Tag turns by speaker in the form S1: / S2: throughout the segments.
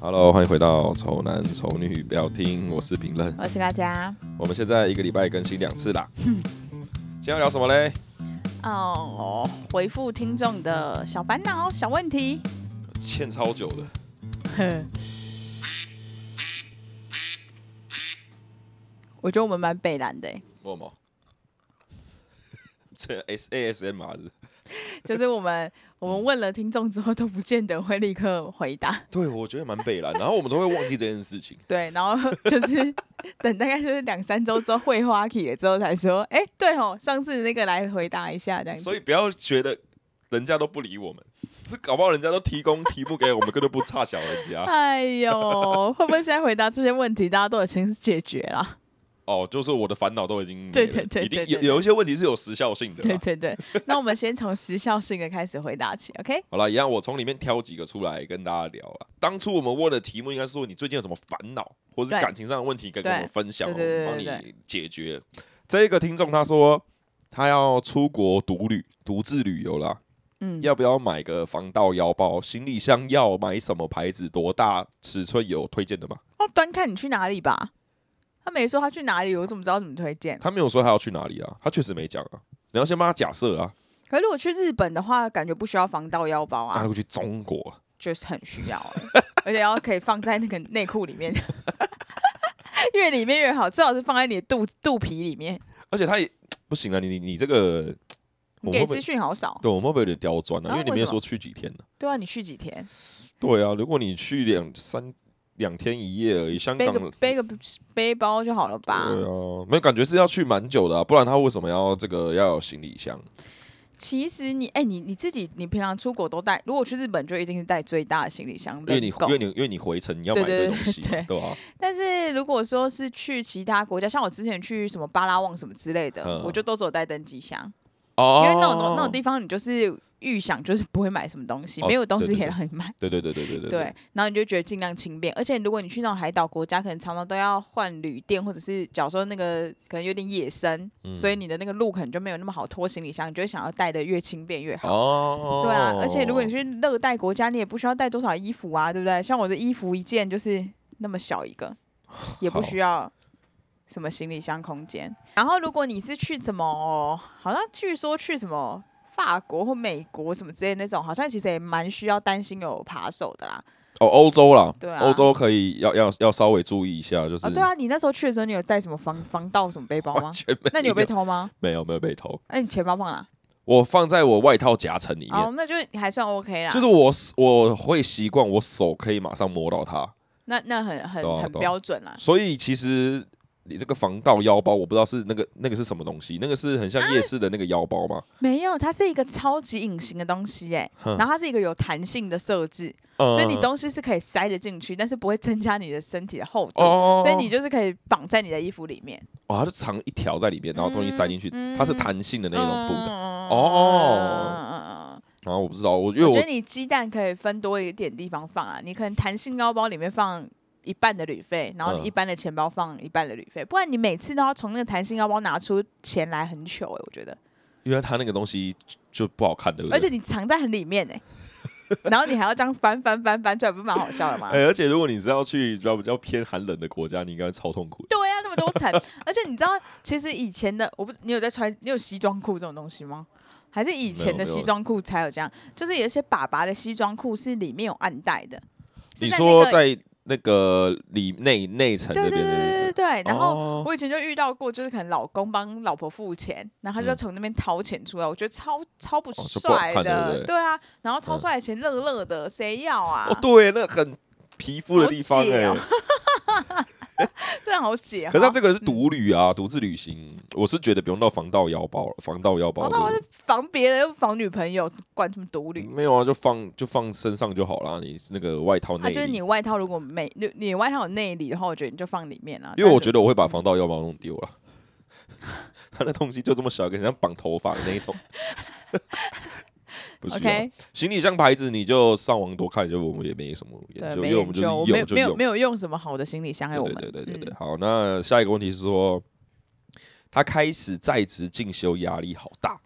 S1: Hello，欢迎回到《丑男丑女不要听》，我是评论。
S2: 我是大家。
S1: 我们现在一个礼拜更新两次啦。今天要聊什么嘞？
S2: 哦，回复听众的小烦恼、小问题。
S1: 欠超久的。
S2: 我觉得我们蛮北蓝的欸、
S1: 默默， 这 S A S M 是不是？
S2: 就是我 们我们问了听众之后，都不见得会立刻回答。
S1: 对，我觉得蛮北蓝，然后我们都会忘记这件事情。
S2: 对，然后就是 等大概就是两三周之后会花起了之后才说，哎、对哦，上次那个来回答一下这样子。
S1: 所以不要觉得人家都不理我们，是搞不好人家都提供题目给我们，根本不差小人家。
S2: 哎呦，会不会现在回答这些问题，大家都已经解决了？
S1: 哦，就是我的烦恼都已经没了
S2: 对对对
S1: 一定
S2: 对对
S1: 有有一些问题是有时效性的啦。
S2: 对对 对，那我们先从时效性的开始回答起，OK？
S1: 好啦，一样，我从里面挑几个出来跟大家聊啦。当初我们问的题目应该是说你最近有什么烦恼，或是
S2: 对
S1: 感情上的问题，可以跟我们分享，我
S2: 对对
S1: 们
S2: 对
S1: 帮
S2: 对
S1: 你解决。这个听众他说他要出国独旅、独自旅游啦，
S2: 嗯，
S1: 要不要买个防盗腰包？行李箱要买什么牌子？多大尺寸有推荐的吗？
S2: 哦，端看你去哪里吧。他没说他去哪里，我怎么知道怎么推荐？
S1: 他没有说他要去哪里啊，他确实没讲啊。你要先帮他假设啊，
S2: 可是如果去日本的话，感觉不需要防盗腰包
S1: 他
S2: 啊，
S1: 如果去中国啊，
S2: 就是很需要欸、 而且要可以放在那个内裤里面， 越里面越好，最好是放在你的肚肚皮里面。
S1: 而且他也不行啊，你你你这个，我
S2: 你
S1: 们
S2: 给
S1: 会不会
S2: 资讯好少，
S1: 对我们会不会有点刁钻啊？
S2: 啊
S1: 因为你
S2: 为
S1: 没有
S2: 什
S1: 说
S2: 么
S1: 去几天呢、
S2: 对啊，你去几天？
S1: 对啊，如果你去两三两天一夜而已，香
S2: 背
S1: 港
S2: 个背个背包就好了
S1: 对
S2: 吧？
S1: 啊，没有感觉是要去蛮久的、啊，不然他为什么要这个要有行李箱？
S2: 其实你哎、你你自己，你平常出国都带，如果去日本就一定是带最大的行李箱，
S1: 因为你
S2: 够
S1: 因为你因为你回程你要买
S2: 对
S1: 一堆
S2: 对
S1: 东西嘛，
S2: 对
S1: 对吧、
S2: 但是如果说是去其他国家，像我之前去什么巴拉望什么之类的，
S1: 嗯
S2: 我就都只有带登机箱，
S1: 哦
S2: 因为那种东那种地方你就是预想就是不会买什么东西，
S1: 哦
S2: 没有东
S1: 对
S2: 西
S1: 对
S2: 可以
S1: 对
S2: 让你买。
S1: 对对对对对对
S2: 对，然后你就觉得尽量轻便，而且如果你去那种海岛国家，可能常常都要换旅店，或者是假如说那个可能有点野生，
S1: 嗯
S2: 所以你的那个路可能就没有那么好拖行李箱，你就会想要带的越轻便越好。
S1: 哦，
S2: 对啊，而且如果你去热带国家，你也不需要带多少衣服啊，对不对？像我的衣服一件就是那么小一个，也不
S1: 好
S2: 需要什么行李箱空间。然后如果你是去什么，好像据说去什么法国或美国什么之类的那种，好像其实也蛮需要担心有扒手的啦。
S1: 哦欧洲啦，
S2: 对啊
S1: 欧洲可以要要要稍微注意一下，就是、
S2: 哦，对啊，你那时候去的时候，你有带什么防防盗什么背包吗
S1: 完？全没
S2: 那你有被偷吗？
S1: 没有没有被偷，
S2: 那、你钱包放哪？
S1: 我放在我外套夹层里面，
S2: 哦，那就还算 OK 啦。
S1: 就是我我会习惯我手可以马上摸到它。
S2: 那那很很、
S1: 对啊
S2: 很
S1: 对啊
S2: 标准啦。
S1: 所以其实你这个防盗腰包，我不知道是那个那个是什么东西，那个是很像夜市的那个腰包吗？
S2: 没有，它是一个超级隐形的东西哎、
S1: 哼
S2: 然后它是一个有弹性的设置，
S1: 嗯
S2: 所以你东西是可以塞得进去，但是不会增加你的身体的厚度，
S1: 哦，
S2: 所以你就是可以绑在你的衣服里面，
S1: 哦，它就藏一条在里面，然后东西塞进去，
S2: 嗯嗯
S1: 它是弹性的那种布的。
S2: 嗯
S1: 哦然后我不知道，我因为
S2: 我觉
S1: 我
S2: 得你鸡蛋可以分多一点地方放啊，你可能弹性腰包里面放。一半的旅费，然后
S1: 嗯
S2: 你一般的钱包放一半的旅费，不然你每次都要从那个弹性腰包拿出钱来，很糗哎、我觉得。
S1: 因为它那个东西就就不好看，对不对？
S2: 而且你藏在很里 面哎、然后你还要这样翻翻翻翻出来，不是蛮好笑的吗？
S1: 哎、而且如果你是要去比较比较偏寒冷的国家，你应该超痛苦的。
S2: 对啊呀、那么多层， 而且你知道，其实以前的我不，你有在穿，你有西装裤这种东西吗？还是以前
S1: 没
S2: 的
S1: 有没有
S2: 西装裤才有这样？就是有一些爸爸的西装裤是里面有暗袋的，是
S1: 你
S2: 在
S1: 说
S2: 那个
S1: 在那个里内内层那
S2: 对对
S1: 边
S2: 对对
S1: 的
S2: 对对。然后
S1: 哦
S2: 我以前就遇到过，就是可能老公帮老婆付钱，然后他
S1: 嗯
S2: 就
S1: 哦
S2: 从那边掏钱出来，我觉得超超不
S1: 就不好
S2: 帅
S1: 看
S2: 的，
S1: 对不对
S2: 啊。然后掏出来的钱乐乐的，谁要啊？
S1: 哦，对，那很皮肤的
S2: 好
S1: 地方哎、
S2: 解哦这样好解哈。
S1: 可是他这个
S2: 嗯
S1: 是独旅啊，独、自旅行，我是觉得不用到防盗腰包了，防盗腰包
S2: 防
S1: 这
S2: 盗
S1: 个、
S2: 包哦是防别人，又防女朋友，管什么独旅？
S1: 没有啊，就放就放身上就好啦。你那个外套
S2: 啊，
S1: 内
S2: 就是
S1: 里、
S2: 你外套如果没你你外套有内里的话，我觉得你就放里面啊。
S1: 因为我
S2: 但
S1: 觉得我会把防盗腰包弄丢了。 他那东西就这么小，给人家绑头发的那一 种。不需要
S2: OK，
S1: 行李箱牌子你就上网多看，就我们也没什么研
S2: 对，
S1: 究，因
S2: 没
S1: 为我们
S2: 研
S1: 就
S2: 究，
S1: 是
S2: 我没
S1: 有
S2: 有
S1: 就
S2: 没有
S1: 用。
S2: 没有用什么好的行李箱给我们。
S1: 对对对对对。
S2: 嗯
S1: 好，那下一个问题是说，他开始在职进修压力好大。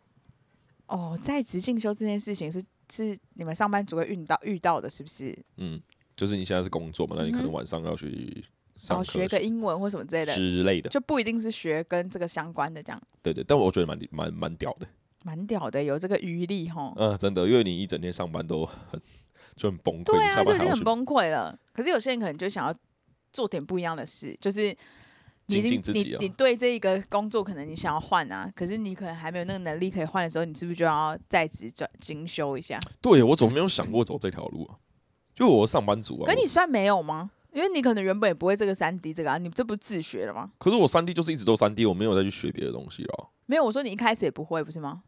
S2: 哦，在职进修这件事情是是你们上班族会遇到遇到的，是不是？
S1: 嗯，就是你现在是工作嘛，那你可
S2: 嗯
S1: 能
S2: 哼
S1: 晚上要去上
S2: 然后
S1: 课
S2: 学个英文或什么之类的，
S1: 之类的，
S2: 就不一定是学跟这个相关的，这样
S1: 对对。但我觉得蛮蛮蛮屌的，
S2: 蛮屌的，有这个余力吼。
S1: 嗯、真的，因为你一整天上班都很就很崩溃，
S2: 对
S1: 你下
S2: 啊，就
S1: 班还
S2: 已经
S1: 要
S2: 很
S1: 去
S2: 崩溃了。可是有些人可能就想要做点不一样的事，就是你已
S1: 精
S2: 经
S1: 进自己
S2: 你
S1: 啊
S2: 你对这一个工作可能你想要换啊，可是你可能还没有那个能力可以换的时候，你是不是就要在职转精修一下？
S1: 对我怎么没有想过走这条路啊？就我上班族啊，
S2: 可你
S1: 我
S2: 算没有吗？因为你可能原本也不会这个三 D 这个啊，你这不是自学的吗？
S1: 可是我三 D 就是一直都三 D，我没有再去学别的东西了。啊
S2: 没有，我说你一开始也不会，不是吗？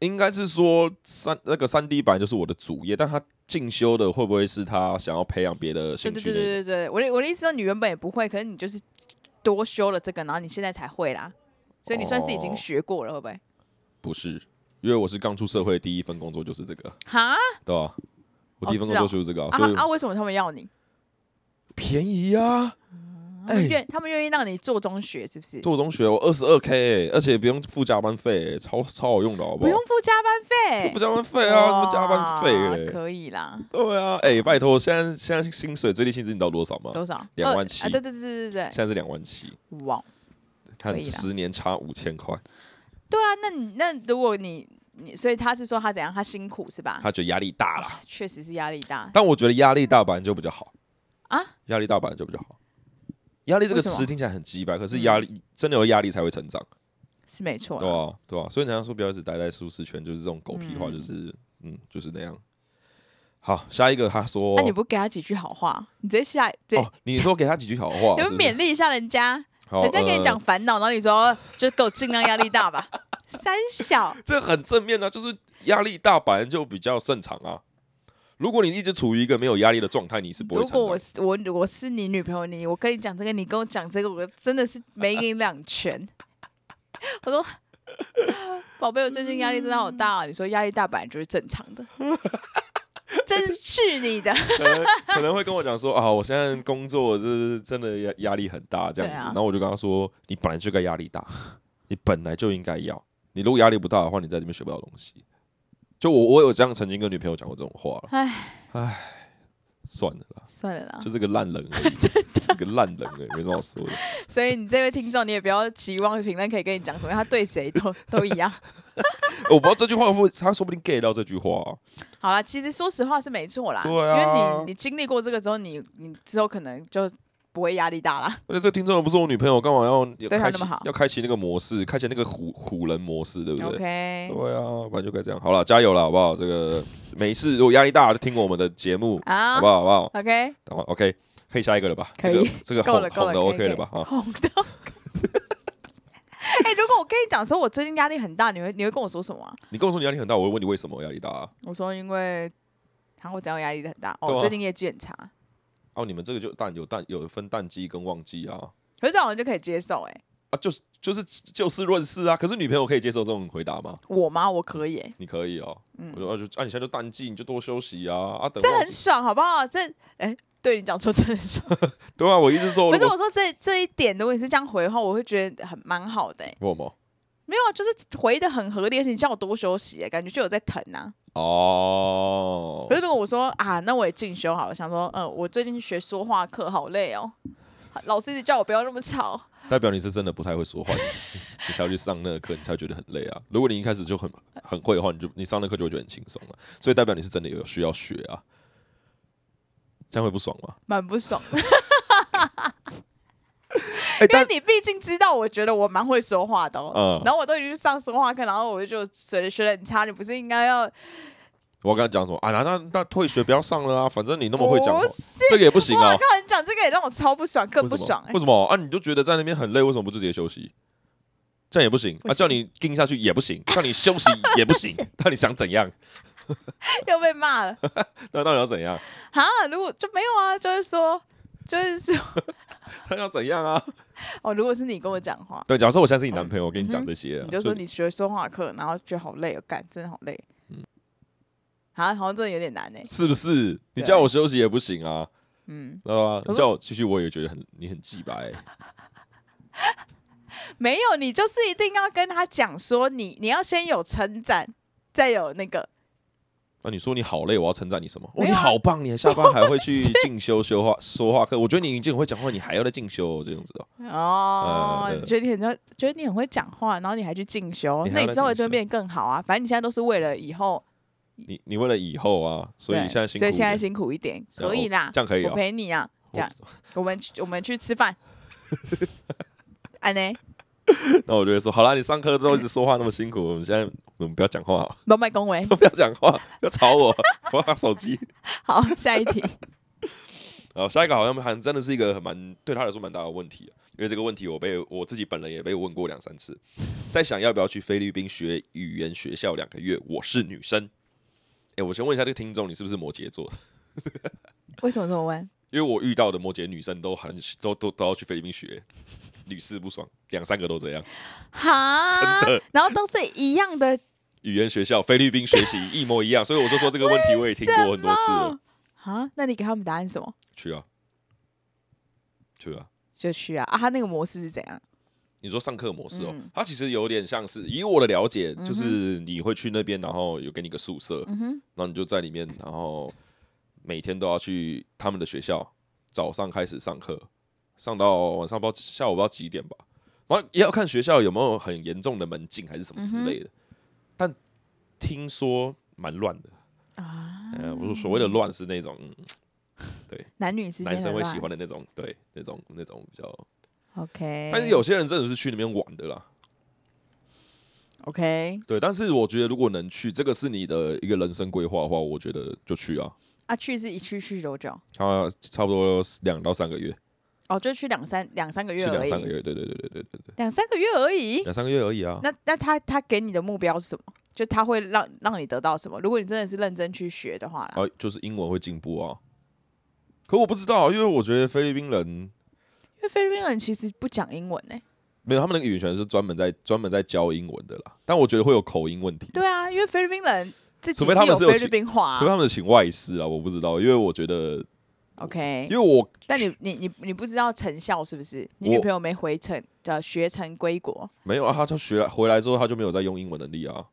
S1: 应该是说三那个三 D 版就是我的主业，但他进修的会不会是他想要培养别的
S2: 对
S1: 兴
S2: 对
S1: 趣
S2: 对
S1: 那
S2: 对
S1: 种？
S2: 对对，我的我的意思说你原本也不会，可是你就是多修了这个，然后你现在才会啦，所以你算是已经
S1: 哦
S2: 学过了，会不会？
S1: 不是，因为我是刚出社会的第一份工作就是这个，
S2: 哈
S1: 对吧、我第一份
S2: 哦是
S1: 工
S2: 哦
S1: 作就是这个、
S2: 啊
S1: 哦所
S2: 哈
S1: 以
S2: 啊！为什么他们要你？
S1: 便宜啊！
S2: 他们
S1: 哎
S2: 愿、他们愿意让你做中学，是不是？
S1: 做中学我二十二 K，而且不用付加班费、超超好用的，好
S2: 不
S1: 好？
S2: 用付加班费，
S1: 付加班费啊，
S2: 哇
S1: 不加班费、欸。
S2: 可以啦，
S1: 对啊，哎、拜托，现在现在薪水最低薪资你知道多少吗？
S2: 多少？
S1: 哦两万
S2: 二
S1: 七
S2: 啊！对对对对对
S1: 现在是两万七，
S2: 对，哇！啊可
S1: 看
S2: 以啦
S1: 十年差五千块，
S2: 对啊，那你那如果你你，所以他是说他怎样？他辛苦是吧？
S1: 他觉得压力大啦。
S2: 啊确实是压力大
S1: 但我觉得压力大本来就比较好
S2: 啊，
S1: 压力大本来就比较好。压力这个
S2: 为什么嗯
S1: 词听起来很鸡掰，可是压力、真的有压力才会成长，
S2: 是没错
S1: 对
S2: 啦。
S1: 吧、对吧、啊所以人家说不要一直待在舒适圈，就是这种狗屁话，
S2: 嗯
S1: 就是嗯就是那样。好，下一个他说，
S2: 那、啊你不给他几句好话，你直接下直接、
S1: 哦，你说给他几句好话，
S2: 你
S1: 是
S2: 们
S1: 不
S2: 勉
S1: 是？
S2: 励一下人家，
S1: 好
S2: 人家跟你讲
S1: 呃
S2: 烦恼，然后你说哦就给我尽量压力大吧， 三小
S1: 这很正面啊，就是压力大本来就比较正常啊。如果你一直处于一个没有压力的状态，你是不会
S2: 如
S1: 成长
S2: 果
S1: 的。
S2: 我是我我是你女朋友，你我跟你讲这个，你跟我讲这个，我真的是 没给你两拳。我说，宝贝，我最近压力真的好大、啊。你说压力大本来就是正常 的，真是你的。
S1: 可能可能会跟我讲说啊，我现在工作就是真的压压力很大这样子，
S2: 对啊
S1: 然后我就跟他说，你本来就该压力大，你本来就应该要，你如果压力不大的话，你在这边学不到东西。就我我有这样曾经跟女朋友讲过这种话了，
S2: 唉，
S1: 算了啦，
S2: 算了啦
S1: 就。是个烂人而已，就是个烂人而已，没什么好说的。
S2: 所以你这位听众，你也不要期望评论可以跟你讲什么，因为他对谁 都都一样。
S1: 我不知道这句话会不会，他说不定 get 到这句话啊、
S2: 好啦，其实说实话是没错啦，
S1: 对啊
S2: 因为你你经历过这个之后，你你之后可能就不会压力大啦。
S1: 而且这听众又不是我女朋友，干嘛要要
S2: 对
S1: 开
S2: 她那
S1: 启
S2: 么好
S1: 要开启那个模式，开启那个虎虎人模式，对不对
S2: OK，
S1: 对啊，反正就该这样。好了，加油了，好不好？这个没事，如果压力大就听我们的节目，
S2: 啊
S1: 好不好？好不好？
S2: ，OK，
S1: 好，OK，可以下一个了吧？
S2: 可以
S1: 这个这个
S2: 够了
S1: 哄
S2: 够
S1: 哄
S2: 了
S1: 的
S2: 可
S1: OK
S2: 以可以
S1: 了吧？啊，
S2: 红到。 哎、如果我跟你讲说，我最近压力很大，你会你会跟我说什么、啊？
S1: 你跟我说你压力很大，我会问你为什么压力大啊？
S2: 我说因为韩国怎样压力很大哦，
S1: 对啊
S2: 最近业绩很差，
S1: 哦，你们这个就淡有淡有分淡季跟旺季啊
S2: 可是这样我就可以接受哎、
S1: 啊，就是就是就事论事啊。可是女朋友可以接受这种回答吗？
S2: 我吗？我可以、欸，
S1: 你可以哦。我
S2: 嗯，
S1: 说啊，就啊，你现在就淡季，你就多休息啊啊，等
S2: 这
S1: 旺
S2: 很
S1: 季
S2: 爽好不好？这哎、对你讲说真的很爽，
S1: 对 啊。我一直说，
S2: 可
S1: 如
S2: 是
S1: 果
S2: 我说这这一点，如果你是这样回的话，我会觉得很蛮好的、欸。
S1: 为什么？
S2: 没有啊，就是回的很合理，而且你叫我多休息、欸，感觉就有在疼啊。
S1: 哦
S2: 可，是如果我说啊，那我也进修好了，想说，嗯，我最近学说话课好累哦， 老师一直叫我不要那么吵，
S1: 代表你是真的不太会说话，你 你才要去上那个课，你才会觉得很累啊。如果你一开始就很很会的话，你就你上那课就会觉得很轻松了、所以代表你是真的有需要学啊，这样会不爽吗？
S2: 蛮不爽，
S1: 哎、
S2: 因为
S1: 但
S2: 你毕竟知道，我觉得我蛮会说话的哦。
S1: 嗯
S2: 然后我都已经去上说话课，然后我就学的学的很差，你不是应该要？
S1: 我刚才讲什么啊？那那那退学不要上了啊，反正你那么会讲话
S2: 不，
S1: 这个也不行
S2: 哇
S1: 啊。
S2: 靠！哦你讲这个也让我超不爽，更不
S1: 为什么
S2: 爽哎、
S1: 为什么啊？你就觉得在那边很累，为什么不直接休息？这样也不行
S2: 不
S1: 啊！
S2: 行
S1: 叫你盯下去也不行，叫你休息也不 行，那你想怎样？
S2: 又被骂 了
S1: 那那你要怎样？
S2: 哈，如果就没有啊，就是说，就是说，
S1: 那要怎样啊？
S2: 哦，如果是你跟我讲话，
S1: 对，假如说我现在是你男朋友，我跟你
S2: 嗯
S1: 讲
S2: 哼
S1: 这些啊，
S2: 你就说你学说话课，然后觉得好累哦，干，真的好累。
S1: 嗯
S2: 好，好像真的有点难哎、
S1: 是不是？你
S2: 对
S1: 叫我休息也不行啊，
S2: 嗯，
S1: 知道吧？
S2: 我
S1: 你
S2: 说
S1: 叫我继续，我也觉得很你很鸡白、欸。
S2: 没有，你就是一定要跟他讲说你，你要先有称赞，再有那个，
S1: 那啊你说你好累，我要称赞你什么？哦，
S2: 没
S1: 你
S2: 有啊
S1: 好棒，你还下班还会 去进修修话说话课。我觉得你已经很会讲话，你还要再进修这样子哦。
S2: 嗯哦，
S1: 呃对
S2: 你觉得你很会觉得你很会讲话，然后你还去进修，
S1: 你还
S2: 那
S1: 要
S2: 你
S1: 再
S2: 之后一
S1: 进
S2: 定会
S1: 修
S2: 变得更好啊。反正你现在都是为了以后，
S1: 你你为了以后啊，所以
S2: 对
S1: 你现在辛苦
S2: 所
S1: 一点，
S2: 以现在辛苦一点，
S1: 这样
S2: 可以
S1: 哦
S2: 啦，
S1: 这样可以
S2: 我
S1: 哦。
S2: 陪你啊。这样，
S1: 我
S2: 我们去我们去吃饭。安呢？
S1: 那我就会说，好啦，你上课之后一直说话那么辛苦，我们现在 我们不要讲话好 了，
S2: 都卖恭维。
S1: 不要讲话，不要吵我， 我要玩手机。
S2: 好，下一题。
S1: 然后下一个好像还真的是一个很蛮对他来说蛮大的问题、啊，因为这个问题我被我自己本人也被问过两三次，在想要不要去菲律宾学语言学校两个月。我是女生，哎，我先问一下这个听众，你是不是摩羯座？
S2: 为什么这么问？
S1: 因为我遇到的摩羯女生都很都都都要去菲律宾学，屡试不爽，两三个都这样。
S2: 哈，然后都是一样的
S1: 语言学校菲律宾学习一模一样，所以我就说这个问题我也听过很多次 了
S2: 哦。。啊，那你给他们答案是什么？
S1: 去啊，去啊！
S2: 就去啊啊！他那个模式是怎样？
S1: 你说上课模式哦，
S2: 嗯
S1: 它其实有点像是，以我的了解，
S2: 哼
S1: 就是你会去那边，然后有给你个宿舍，
S2: 嗯哼，
S1: 然后你就在里面，然后每天都要去他们的学校，早上开始上课，上到晚上不知道下午不知道几点吧，然后也要看学校有没有很严重的门禁还是什么
S2: 嗯
S1: 之类的，但听说蛮乱的，
S2: 啊，
S1: 呃，我说所谓的乱是那种嗯
S2: 男女之
S1: 男
S2: 间
S1: 生
S2: 的
S1: 会
S2: 乱
S1: 喜欢的那种，对，那种那种比较，
S2: OK，
S1: 但是有些人真的是去那边玩的啦。
S2: OK
S1: 对，但是我觉得如果能去，这个是你的一个人生规划的话，我觉得就去啊。
S2: 啊，去是一去去多久？
S1: 他差不多两到三个月，
S2: 哦，就去两三两三个
S1: 去
S2: 月而
S1: 两
S2: 已，
S1: 三个月，对对对对对对对，
S2: 两三个月而已。
S1: 两三个月而已啊。
S2: 那那他他给你的目标是什么？就他会让让你得到什么？如果你真的是认真去学的话啦，
S1: 啊，就是英文会进步啊。可我不知道，啊因为我觉得菲律宾人
S2: 因为菲律宾人其实不讲英文欸呢、
S1: 没有他们那个语言学是专门在专门在教英文的啦，但我觉得会有口音问题。
S2: 对啊，因为菲律宾人自己
S1: 除非他们
S2: 有
S1: 是有
S2: 菲
S1: 学
S2: 律宾话啊、
S1: 所以他们请外师啊，我不知道，因为我觉得，
S2: OK，
S1: 因为我
S2: 但你你你你不知道成效是不是？你
S1: 我
S2: 女朋友没回程呃学成归国，
S1: 没有啊，他就学了回来之后，他就没有再用英文能力啊。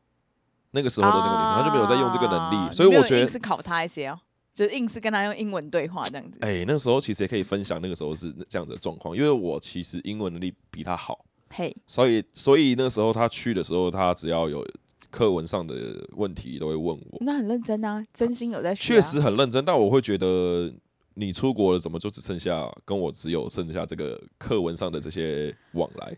S1: 那个时候的那个女生，她就没有再用这个能
S2: 啊
S1: 力，所以
S2: 你没
S1: 我
S2: 有
S1: 觉得
S2: 硬是考她一些哦，就是硬是跟她用英文对话这样子。
S1: 哎、那时候其实也可以分享那个时候是这样子的状况，因为我其实英文能力比他好，
S2: 嘿，
S1: 所以所以那时候他去的时候，他只要有课文上的问题都会问我，
S2: 那很认真啊， 真心有在学、啊。
S1: 确实很认真，但我会觉得你出国了，怎么就只剩下跟我只有剩下这个课文上的这些往来？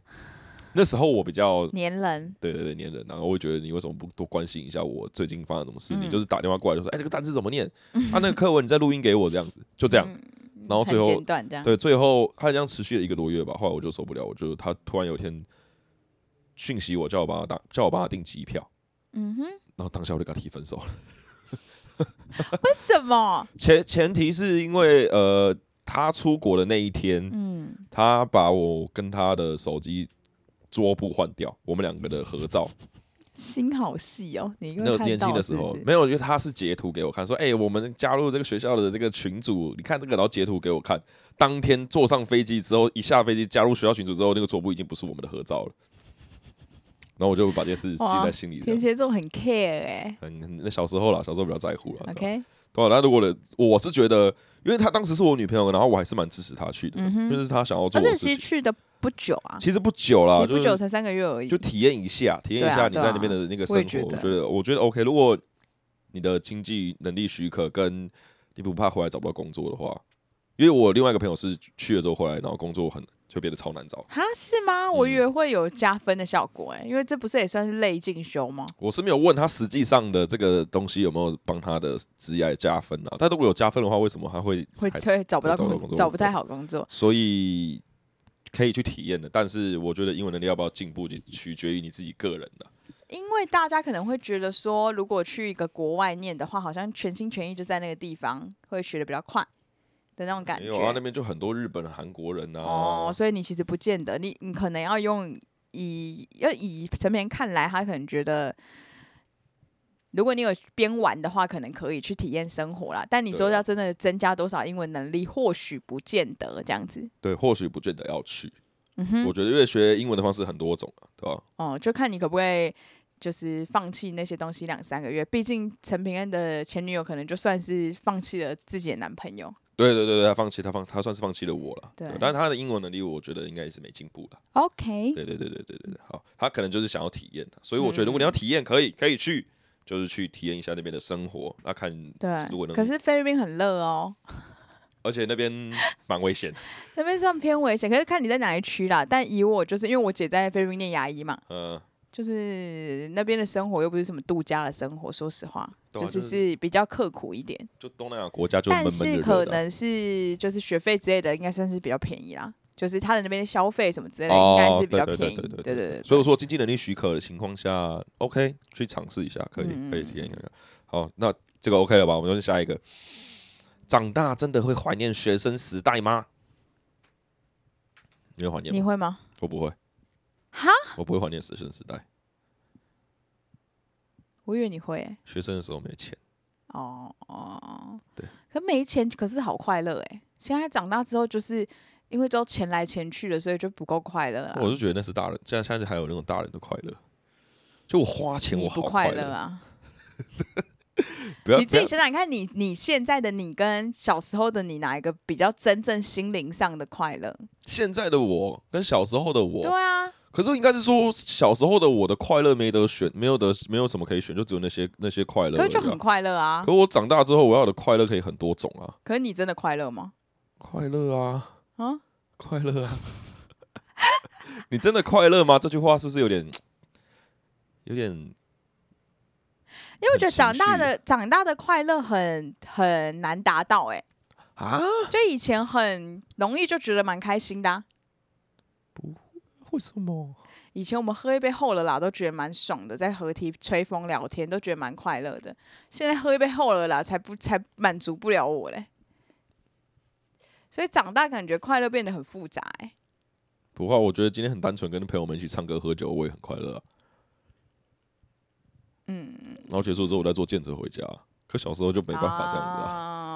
S1: 那时候我比较
S2: 年人
S1: 对对对黏人，然后我会觉得你为什么不多关心一下我最近发生什么事？
S2: 嗯
S1: 你就是打电话过来就说，哎、这个单词怎么 念？啊，那个课文你再录音给我这样子，就这样。
S2: 嗯
S1: 然后最
S2: 很
S1: 后
S2: 简短这样。
S1: 对，最后他这样持续了一个多月吧，后来我就受不了，我就他突然有一天讯息我，叫我帮他打，叫我帮他订机票，
S2: 嗯哼，
S1: 然后当下我就跟他提分手了。
S2: 为什么？
S1: 前前提是因为呃，他出国的那一天，
S2: 嗯，
S1: 他把我跟他的手机桌布换掉，我们两个的合照。
S2: 心好细哦，你因
S1: 那
S2: 为
S1: 个
S2: 看
S1: 年
S2: 到
S1: 轻的
S2: 是
S1: 时
S2: 不
S1: 候
S2: 是
S1: 没有，因为他是截图给我看，说：“哎、我们加入这个学校的这个群组，你看这个，然后截图给我看。”当天坐上飞机之后，一下飞机加入学校群组之后，那个桌布已经不是我们的合 照了。然后我就把这件事记在心里这
S2: 天
S1: 样。
S2: 蝎座很 care 哎、
S1: 很很那小时候啦，小时候比较在乎啦。
S2: OK，
S1: 对啊，那如果的，我是觉得，因为她当时是我女朋友，然后我还是蛮支持她去的，
S2: 嗯哼
S1: 因为是她想要做
S2: 而
S1: 的
S2: 且
S1: 事
S2: 其实
S1: 情。
S2: 去的不久啊，
S1: 其实不久啦，
S2: 其实
S1: 就
S2: 不
S1: 是
S2: 久才三个月而已。
S1: 就体验一下，体验一
S2: 对
S1: 下
S2: 啊
S1: 你
S2: 对
S1: 在
S2: 啊
S1: 那边的那个生
S2: 我也
S1: 活。我
S2: 觉得
S1: 觉得，我觉得 OK。如果你的经济能力许可，跟你不怕回来找不到工作的话，因为我另外一个朋友是去了之后回来，然后工作很就变得超难找。
S2: 哈，是
S1: 嗯
S2: 吗？我以为会有加分的效果哎、因为这不是也算是类进修吗？
S1: 我是没有问他实际上的这个东西有没有帮他的职业加分啊，但如果有加分的话，为什么他会
S2: 会
S1: 还
S2: 会找不到
S1: 找不到
S2: 工
S1: 工作
S2: 找不太好工作。
S1: 所以可以去体验的，但是我觉得英文能力要不要进步，就取决于你自己个人啊了。
S2: 因为大家可能会觉得说，如果去一个国外念的话，好像全心全意就在那个地方，会学的比较快的那种感
S1: 没
S2: 觉。
S1: 有啊，那边就很多日本、韩国人啊。
S2: 哦，所以你其实不见得，你你可能要用以要以成年人看来，他可能觉得，如果你有边玩的话，可能可以去体验生活啦。但你
S1: 对
S2: 说
S1: 啊
S2: 要真的增加多少英文能力，或许不见得这样子。
S1: 对，或许不见得要去。
S2: 嗯
S1: 我
S2: 哼，
S1: 觉得因为学英文的方式很多种啊，对吧、
S2: 哦，就看你可不可以。就是放弃那些东西两三个月。毕竟陈平恩的前女友可能就算是放弃了自己的男朋友。
S1: 对对对对，他放弃，他放，他算是放弃了我了。
S2: 对
S1: 但是他的英文能力，我觉得应该也是没进步了。
S2: OK，
S1: 对对对对对对对，好，他可能就是想要体验的，所以我觉得如
S2: 嗯
S1: 果你要体验，可以可以去，就是去体验一下那边的生活，那看，
S2: 对
S1: 如果能，
S2: 可是菲律宾很热哦，
S1: 而且那边蛮危险，
S2: 那边算偏危险，可是看你在哪一区啦。但以我就是因为我姐在菲律宾念牙医嘛，
S1: 呃，
S2: 就是那边的生活又不是什么度假的生活，说实话，
S1: 对啊
S2: 就是
S1: 就是
S2: 是比较刻苦一点。
S1: 就东南亚国家就闷
S2: 但
S1: 闷
S2: 是
S1: 热
S2: 可
S1: 热的啊。
S2: 能是就是学费之类的，应该算是比较便宜啦。就是他的那边的消费什么之类的，应该
S1: 哦，
S2: 是比
S1: 对
S2: 较
S1: 对
S2: 便
S1: 对
S2: 宜。
S1: 对
S2: 对对，
S1: 所以我说经济能力许可的情况下，OK，去尝试一下，可以
S2: 嗯
S1: 可以体验看看。好，那这个 OK 了吧？我们就下一个。长大真的会怀念学生时代吗？你会怀念
S2: 你
S1: 吗？
S2: 会吗？
S1: 我不会，
S2: 哈，
S1: 我不会怀念学生时代。
S2: 我以为你会欸、
S1: 学生的时候没钱，
S2: 哦哦，
S1: 对。
S2: 可没钱，可是好快乐哎、现在长大之后，就是因为都钱来钱去的，所以就不够快乐啊
S1: 我
S2: 啦。
S1: 就觉得那是大人，现在现在还有那种大人的快乐。就我花钱，
S2: 你
S1: 我
S2: 不
S1: 好
S2: 快
S1: 乐！
S2: 啊！
S1: 不要
S2: 你
S1: 不
S2: 自己
S1: 要，
S2: 想想看你，你现在的你跟小时候的你，哪一个比较真正心灵上的快乐？
S1: 现在的我跟小时候的我，
S2: 对啊，
S1: 可是应该是说，小时候的我的快乐没得选，没有得没有什么可以选，就只有那些那些快乐而已啊。
S2: 可是就很快乐啊。
S1: 可我长大之后，我要的快乐可以很多种啊，
S2: 可是你真的快乐吗？
S1: 快乐啊，
S2: 啊？
S1: 快乐啊。 你真的快乐吗？这句话是不是有点有点
S2: 因为我觉得
S1: 很
S2: 长
S1: 情
S2: 大
S1: 绪
S2: 的长大的快乐很很难达到、欸，
S1: 啊？
S2: 就以前很容易就觉得蛮开心的啊、
S1: 为什么？
S2: 以前我们喝一杯后了啦，都觉得蛮爽的，在合体吹风聊天，都觉得蛮快乐的。现在喝一杯后了啦，才不才满足不了我嘞。所以长大感觉快乐变得很复杂、欸，
S1: 不啊过我觉得今天很单纯，跟朋友们一起唱歌喝酒，我也很快乐、啊。嗯，然后结束之后，我再坐电车回家。可小时候就没办法这样子啊，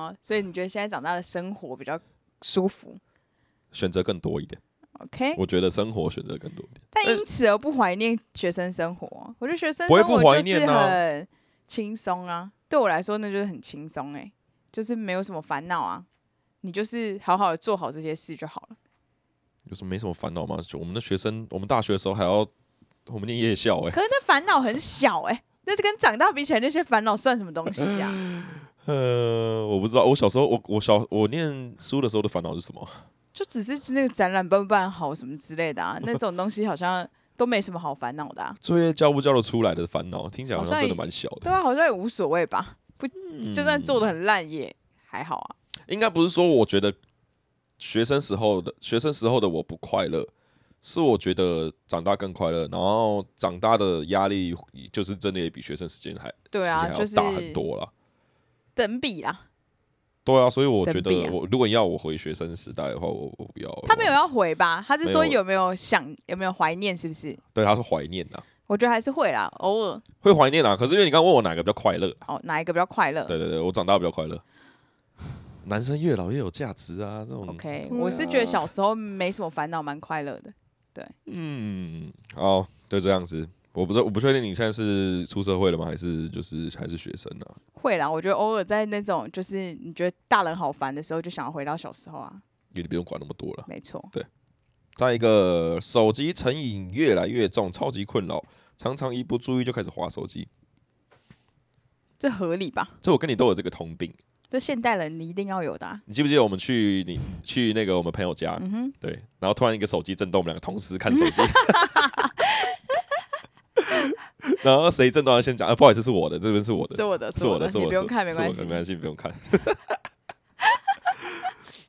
S2: 啊。所以你觉得现在长大的生活比较舒服
S1: 选择更多一点。
S2: ？OK，
S1: 我觉得生活选择更多一点。
S2: 但因此而不怀念学生生活，啊我觉得学生
S1: 不会
S2: 生
S1: 不
S2: 活
S1: 怀
S2: 就
S1: 念
S2: 是
S1: 啊
S2: 很轻松啊。对我来说，那就是很轻松哎，就是没有什么烦恼啊。你就是好好的做好这些事就好了。
S1: 有什么没什么烦恼吗？就我们的学生，我们大学的时候还要 我们念夜校哎、
S2: 可是那烦恼很小哎、那是跟长大比起来，那些烦恼算什么东西
S1: 嗯
S2: 啊？
S1: 呃，我不知道，我小时候我我小我念书的时候的烦恼是 什么？
S2: 就只是那个展览办不办好什么之类 的啊，那种东西好像都没什么好烦恼的、啊。
S1: 作业交不交得出来的烦恼，听起来好
S2: 好
S1: 像
S2: 像
S1: 真的蛮小的。
S2: 对啊，好像也无所谓吧，
S1: 嗯
S2: 就算做的很烂也还好啊。
S1: 应该不是说我觉得学生时候的学生时候的我不快乐，是我觉得长大更快乐，然后长大的压力就是真的也比学生时间还
S2: 对啊，就
S1: 时
S2: 是
S1: 间还要大很多啦。
S2: 等比啦。
S1: 对啊，所以我觉
S2: 等比
S1: 得
S2: 啊
S1: 我如果要我回学生时代的话，我我不要。
S2: 他没有，要回吧？他是说
S1: 哦没有
S2: 有没有想有没有怀念？是不是？
S1: 对，他是怀念啊呐，
S2: 我觉得还是会啦，偶尔
S1: 会怀念啊。可是因为你刚刚问我哪个比较快乐，
S2: 哦，哪一个比较快乐
S1: 对对对，我长大比较快乐。男生越老越有价值啊，这种。
S2: ？OK，我是觉得小时候没什么烦恼，蛮快乐的。
S1: 嗯，好，就这样子。我不知道，我不确定你现在是出社会了吗？还是就是还是学生啊？
S2: 会啦，我觉得偶尔在那种就是你觉得大人好烦的时候，就想要回到小时候啊。
S1: 也不用管那么多了。
S2: 没错，
S1: 再一个，手机成瘾越来越重，超级困扰，常常一不注意就开始划手机。
S2: 这合理吧？
S1: 这我跟你都有这个通病。
S2: 这现代人你一定要有的、啊。
S1: 你记不记得我们去你去那个我们朋友家，
S2: 嗯哼，
S1: 对，然后突然一个手机震动，我们两个同时看手机， 然后谁震动要先讲，啊，不好意思，是我的，这边是我的，
S2: 是我的，
S1: 是我的，是
S2: 你
S1: 我的，
S2: 不用看没关
S1: 是
S2: 系
S1: 我的。没关系，不用看。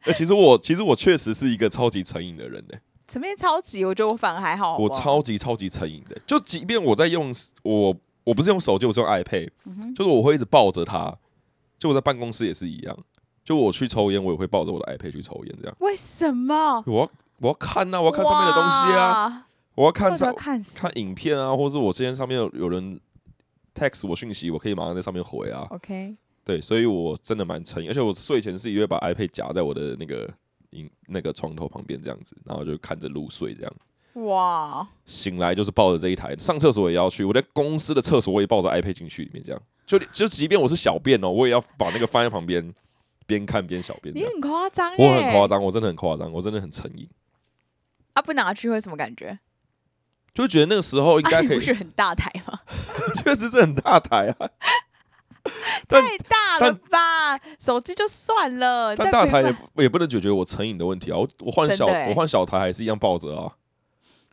S1: 哎、其实我其实我确实是一个超级成瘾的人呢、
S2: 层面超级，我觉得我反而还好好不啊
S1: 我
S2: 好
S1: 超级超级成瘾的、就即便我在用我我不是用手机，我是用 iPad，、就是
S2: 嗯
S1: 我会一直抱着它。就我在办公室也是一样，就我去抽烟，我也会抱着我的 iPad 去抽烟，这样
S2: 为什么？
S1: 我要我要看呐、我要看上面的东西啊，
S2: 哇，
S1: 我要看
S2: 到底
S1: 上
S2: 要看什么
S1: 看影片啊，或是我之前上面有有人 text 我讯息，我可以马上在上面回啊。
S2: ？OK，
S1: 对，所以我真的蛮成瘾，而且我睡前是因为把 iPad 夹在我的那个影那个床头旁边这样子，然后就看着入睡这样。
S2: 哇，
S1: 醒来就是抱着这一台，上厕所也要去。我在公司的厕所我也抱着 iPad 进去里面，这样就就即便我是小便哦，我也要把那个放在旁边，边看边小便这
S2: 你
S1: 样。
S2: 很夸张、欸，
S1: 我很夸张，我真的很夸张，我真的很成瘾，
S2: 啊！不拿去会什么感觉？
S1: 就觉得那个时候应
S2: 啊，
S1: 该
S2: 你
S1: 可以
S2: 不，是很大台 吗？
S1: 确实是很大台啊。但
S2: 太大了吧！手机就算了，
S1: 但
S2: 呃
S1: 大
S2: 但没
S1: 台
S2: 办
S1: 也不也不能解决我成瘾的问题啊！我我换
S2: 真
S1: 小
S2: 的欸
S1: 我换小台还是一样抱着啊，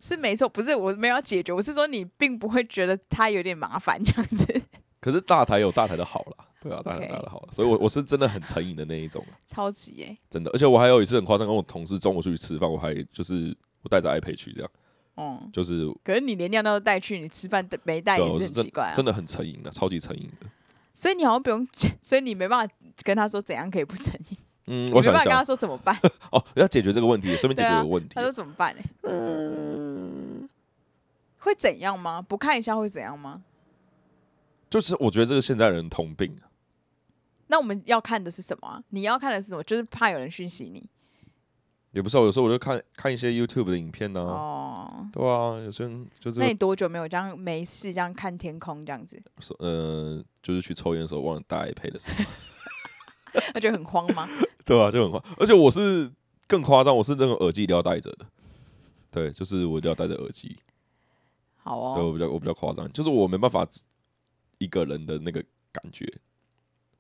S2: 是没错，不是我没有要解决，我是说你并不会觉得它有点麻烦这样子，
S1: 可是大台有大台的好啦，对啊，大台有
S2: OK
S1: 大台的好，所以我我是真的很成瘾的那一种啊，
S2: 超级耶、
S1: 真的。而且我还有一次很夸张，跟我同事中午出去吃饭，我还就是我带着 iPad 去，这样
S2: 嗯，
S1: 就是
S2: 可是你连尿都带去，你吃饭没带
S1: 对
S2: 也
S1: 啊，我
S2: 是
S1: 是
S2: 很奇
S1: 真
S2: 怪啊
S1: 真。的很成瘾的，超级成瘾的。
S2: 所以你好像不用，所以你没办法跟他说怎样可以不成瘾，
S1: 嗯，
S2: 你
S1: 我
S2: 没
S1: 想
S2: 办
S1: 一
S2: 法跟
S1: 下
S2: 他说怎么 办，
S1: 哦，要解决这个问题，顺便解
S2: 对
S1: 决
S2: 啊
S1: 我问题
S2: 他。说怎么办呢、会怎样吗？不看一下会怎样吗？
S1: 就是我觉得这个现在人通病啊，
S2: 那我们要看的是什么啊、你要看的是什么？就是怕有人讯息你
S1: 也不是啊，有时候我就看看一些 YouTube 的影片呢、啊，
S2: 哦。
S1: 对啊，有些人就是
S2: 那你多久没有这样没事这样看天空这样子？
S1: 说呃，就是去抽烟的时候忘了带 iPad 的时候。
S2: 那就很慌吗？
S1: 对啊，就很夸，而且我是更夸张，我是那种耳机一定要戴着的。对，就是我一定要戴着耳机。
S2: 好
S1: 对
S2: 哦，
S1: 我比较我比较夸张，就是我没办法一个人的那个感觉，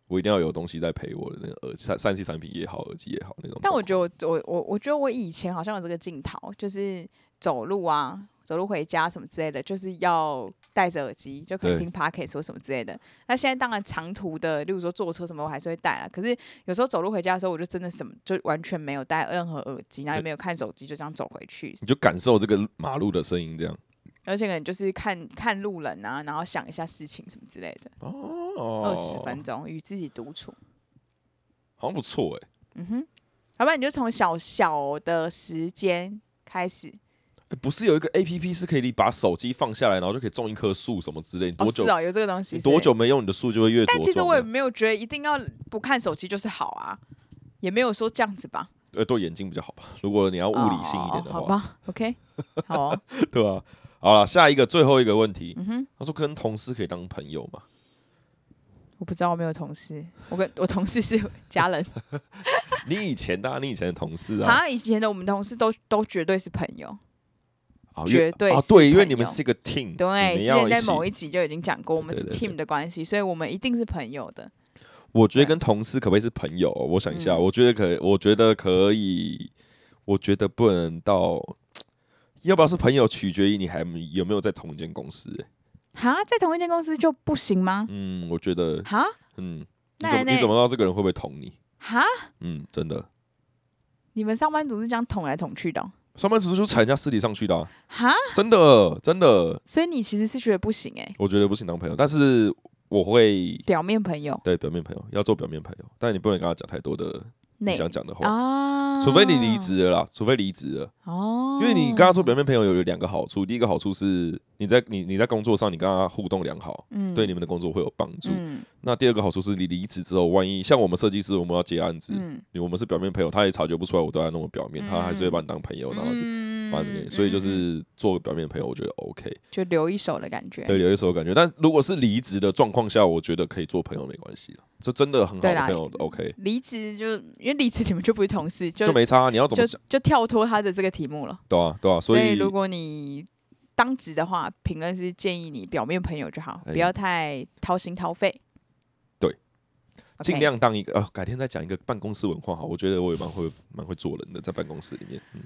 S1: 我一定要有东西在陪我的那个耳三三 C 产品也好，耳机也好那种。
S2: 但我觉得我我我我觉得我以前好像有这个镜头，就是走路啊，走路回家什么之类的，就是要戴着耳机，就可能
S1: 对
S2: 听 podcast 或什么之类的。那现在当然长途的，例如说坐车什么，我还是会戴啦。可是有时候走路回家的时候，我就真的什么就完全没有戴任何耳机，然后也
S1: 对
S2: 没有看手机，就这样走回去。
S1: 你就感受这个马路的声音这样。
S2: 而且可能就是看看路人啊，然后想一下事情什么之类的，
S1: 哦，
S2: 二十分钟与自己独处。
S1: 好像不错哎、
S2: 嗯哼，要不然你就从小小的时间开始，
S1: 欸不是有一个 A P P 是可以你把手机放下来，然后就可以种一棵树什么之类？你多
S2: 哦，
S1: 久、
S2: 是哦，有这个东西
S1: 你
S2: 是
S1: 多久没用，你的树就会越茁壮
S2: 但
S1: 的。
S2: 其实我也没有觉得一定要不看手机就是好啊，也没有说这样子吧。
S1: 呃对眼睛比较好吧。如果你要物理性一点的话，
S2: 哦好吧？OK，好、 哦，
S1: 对吧、好了，下一个最后一个问题，
S2: 嗯哼，
S1: 他说跟同事可以当朋友吗？
S2: 我不知道，我没有同事，我跟我同事是 家人
S1: 你以前的、啊，你以前的同事啊，
S2: 啊。以前的我们同事都都绝对是朋友，
S1: 啊
S2: 绝
S1: 因为
S2: 对
S1: 啊，
S2: 是
S1: 对，因为
S2: 朋
S1: 你们
S2: 友
S1: 是一个 team，你
S2: 对，
S1: 们
S2: 之
S1: 要
S2: 前
S1: 一
S2: 在
S1: 起。
S2: 某一集就已经讲过，我们是
S1: 对对对
S2: team 的关系，所以我们一定是朋友的。
S1: 我觉得
S2: 对
S1: 跟同事可不可以是朋友？哦我想一下，
S2: 嗯
S1: 我觉得可，我觉得可以，我觉得不能到，要不要是朋友，取决于你还有没有在同一间公司、欸
S2: 哈，在同一间公司就不行吗？
S1: 嗯，我觉得，
S2: 哈
S1: 嗯，你
S2: 那
S1: 怎么
S2: 那
S1: 你怎么知道这个人会不会捅你？
S2: 哈，
S1: 嗯，真的，
S2: 你们上班族是这样捅来捅去的哦、
S1: 上班族就踩人家尸体上去的啊、
S2: 哈，
S1: 真的，真的，
S2: 所以你其实是觉得不行哎、
S1: 我觉得不行当朋友，但是我会
S2: 表面朋友
S1: 对表面朋友要做表面朋友，但你不能跟他讲太多的你
S2: 内
S1: 想讲的话，
S2: 啊，
S1: 除非你离职了啦，除非离职了，
S2: 哦，
S1: 因为你跟他做表面朋友有有两个好处，第一个好处是你在你你在工作上你跟他互动良好，
S2: 嗯
S1: 对你们的工作会有帮助。
S2: 嗯
S1: 那第二个好处是你离职之后，万一像我们设计师，我们要接案子，
S2: 嗯，
S1: 你我们是表面朋友，他也察觉不出来我对他那么表面，他还是会把你当朋友，然后就。
S2: 嗯
S1: 反正，所以就
S2: 嗯嗯
S1: 是做表面朋友，我觉得 OK，
S2: 就留一手的感觉。
S1: 对，有一手感觉。但如果是离职的状况下，我觉得可以做朋友没关系了，这真的很好
S2: 对
S1: 的
S2: 啦
S1: 朋友 OK，
S2: 离职就因为离职你们就不是同事，就
S1: 就没差啊。你要怎
S2: 就
S1: 么
S2: 就
S1: 讲？
S2: 跳脱他的这个题目了。
S1: 对啊，对啊，
S2: 所
S1: 所以
S2: 如果你当职的话，评论是建议你表面朋友就好，
S1: 哎
S2: 不要太掏心掏肺。
S1: 对
S2: OK，
S1: 尽量当一个呃，改天再讲一个办公室文化哈。我觉得我也蛮会蛮会做人的，在办公室里面，嗯，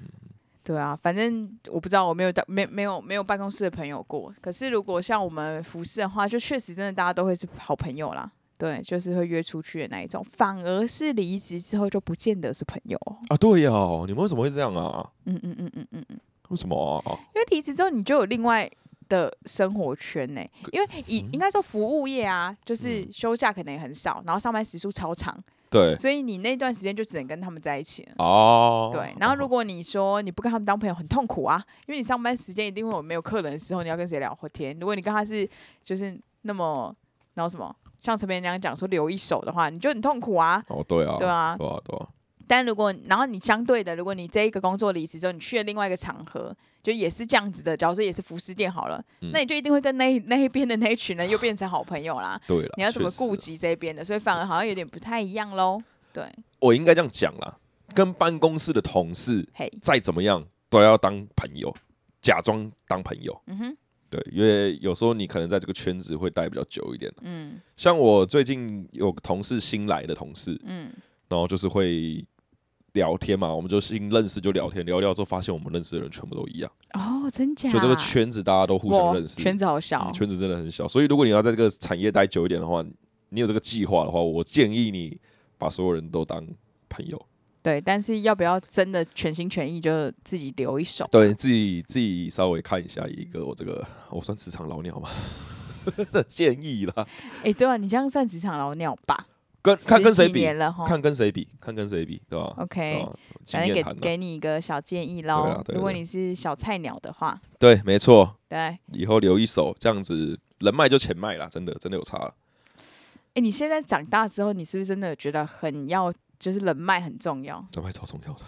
S2: 对啊，反正我不知道，我没有到没没有没有办公室的朋友过。可是如果像我们服饰的话，就确实真的大家都会是好朋友啦。对，就是会约出去的那一种，反而是离职之后就不见得是朋友哦。
S1: 啊，对呀、你们为什么会这样啊？
S2: 嗯嗯嗯嗯嗯嗯，
S1: 为什么啊？
S2: 因为离职之后你就有另外的生活圈呢、因为以应该说服务业啊，就是
S1: 嗯
S2: 休假可能也很少，然后上班时数超长，
S1: 对，
S2: 所以你那段时间就只能跟他们在一起了。
S1: 哦，
S2: 对，然后如果你说你不跟他们当朋友很痛苦啊，因为你上班时间一定会有没有客人的时候，你要跟谁聊会天？如果你跟他是就是那么然后什么，像陈明那样讲说留一手的话，你就很痛苦啊。
S1: 哦，对啊，
S2: 对啊
S1: 对啊，对啊，
S2: 但如果然后你相对的，如果你这一个工作离职之后，你去了另外一个场合，就也是这样子的，假如说也是服饰店好了，
S1: 嗯
S2: 那你就一定会跟那一那一边的那一群人又变成好朋友啦。
S1: 对了，
S2: 你要怎么
S1: 啊确实
S2: 顾
S1: 啦
S2: 及这边的，所以反而好像有点不太一样喽。对，
S1: 我应该这样讲啦，跟办公室的同事
S2: 嘿，
S1: 再怎么样都要当朋友，假装当朋友。
S2: 嗯哼，
S1: 对，因为有时候你可能在这个圈子会待比较久一点。
S2: 嗯
S1: 像我最近有个同事新来的同事，
S2: 嗯，
S1: 然后就是会聊天嘛，我们就新认识就聊天，聊一聊之后发现我们认识的人全部都一样，
S2: 哦，真假？
S1: 嗯就这个圈子大家都互相
S2: 哇
S1: 认识，
S2: 圈子好小
S1: 嗯，圈子真的很小。所以如果你要在这个产业待久一点的话，你有这个计划的话，我建议你把所有人都当朋友。
S2: 对，但是要不要真的全心全意就自己留一手？
S1: 对自己自己稍微看一下一个我这个我算职场老鸟嘛 的建议啦，
S2: 哎、对啊，你这样算职场老鸟吧？
S1: 跟看跟
S2: 十
S1: 谁
S2: 几
S1: 比，
S2: 年了哈
S1: 看跟谁比，看跟谁比，对吧？
S2: 哦，OK，
S1: 啊经
S2: 反正
S1: 验
S2: 给
S1: 谈啦
S2: 给你一个小建议喽。
S1: 对啊对啊
S2: 如果
S1: 对啊
S2: 你是小菜鸟的话，
S1: 对，没错，
S2: 对，哎、
S1: 以后留一手，这样子人脉就钱脉啦，真的真的有差啦
S2: 你现在长大之后，你是不是真的觉得很要，就是人脉很重要？
S1: 人脉超重要的。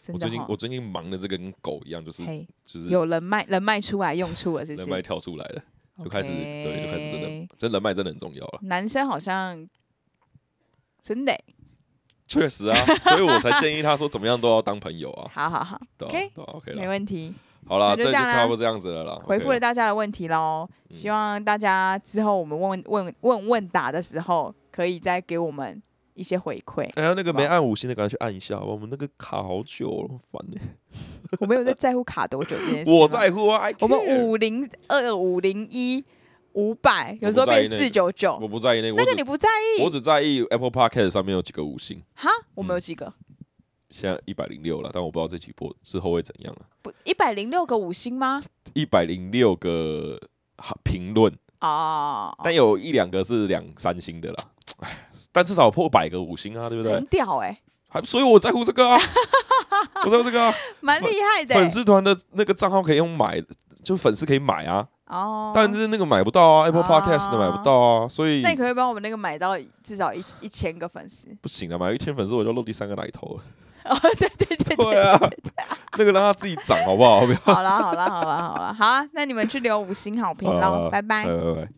S2: 真
S1: 我
S2: 的
S1: 最近
S2: 哈
S1: 我，最近忙的这个跟狗一样，就是
S2: 嘿，
S1: 就是
S2: 有人脉，人脉出来用处了，是不
S1: 人
S2: 是？
S1: 脉跳出来了，就开始对，就开始真
S2: OK
S1: 的，真人脉真的很重要了，
S2: 男生好像真的欸，
S1: 确实啊，所以我才建议他说怎么样都要当朋友啊，
S2: 好好好，
S1: 对啊
S2: OK，
S1: 对啊，OK
S2: 没
S1: 了，
S2: 问题。
S1: 好啦，
S2: 那就
S1: 这就
S2: 这样啦啊
S1: 差不多这样子了啦，
S2: 回复
S1: OK
S2: 了大家的问题喽，
S1: 嗯。
S2: 希望大家之后我们问问问问答的时候，可以再给我们一些回馈
S1: 哎呀，那个
S2: 好不好
S1: 没按五星的，赶快去按一下好吧。我们那个卡好久了，很烦欸呢、
S2: 我没有在在乎卡多久这件事吗，
S1: 我在乎啊，I
S2: 我们
S1: care
S2: 五零二五零一五百，
S1: 我不
S2: 有时候
S1: 在
S2: 变
S1: 意那个
S2: 四九九
S1: 我，不在意那个，
S2: 那
S1: 我
S2: 个你
S1: 只
S2: 不在意
S1: 我只在意 Apple Podcast 上面有几个五星，
S2: 哈？我
S1: 嗯
S2: 们有几个？
S1: 现在一百零六了，但我不知道这期播之后会怎样啊。
S2: 不，一百零六个五星吗？
S1: 一百零六个好评论，
S2: 哦，
S1: 但有一两个是两三星的啦，唉但至少破百个五星啊，对不对
S2: 很？屌哎，
S1: 还所以我在乎这 个啊，我在乎这个啊。
S2: 蛮厉害的
S1: 粉
S2: 欸
S1: 丝团的那个账号可以用买，就粉丝可以买啊，
S2: 哦。
S1: 但是那个买不到啊，Apple Podcast 的
S2: 啊
S1: 买不到啊，所以
S2: 那你可不可以帮我们那个买到至少一一千个粉丝？
S1: 不行了，啊买一千粉丝我就露第三个奶头了。
S2: 哦，对对 对对
S1: 对啊，那个让它自己 长好不好？不要。
S2: 好啦，好啦，好啦，好啦，好啊！那你们去留五星好评
S1: 好啦好
S2: 喽，
S1: 啦
S2: 拜拜。
S1: 拜拜。